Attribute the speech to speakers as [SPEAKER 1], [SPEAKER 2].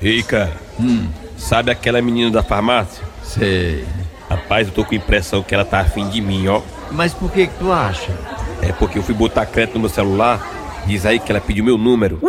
[SPEAKER 1] Rica,
[SPEAKER 2] Hum,
[SPEAKER 1] sabe aquela menina da farmácia?
[SPEAKER 2] sei.
[SPEAKER 1] Rapaz, eu tô com a impressão que ela tá afim de mim, ó.
[SPEAKER 2] Mas por que que tu acha?
[SPEAKER 1] É porque eu fui botar crédito no meu celular. Diz aí que ela pediu meu número.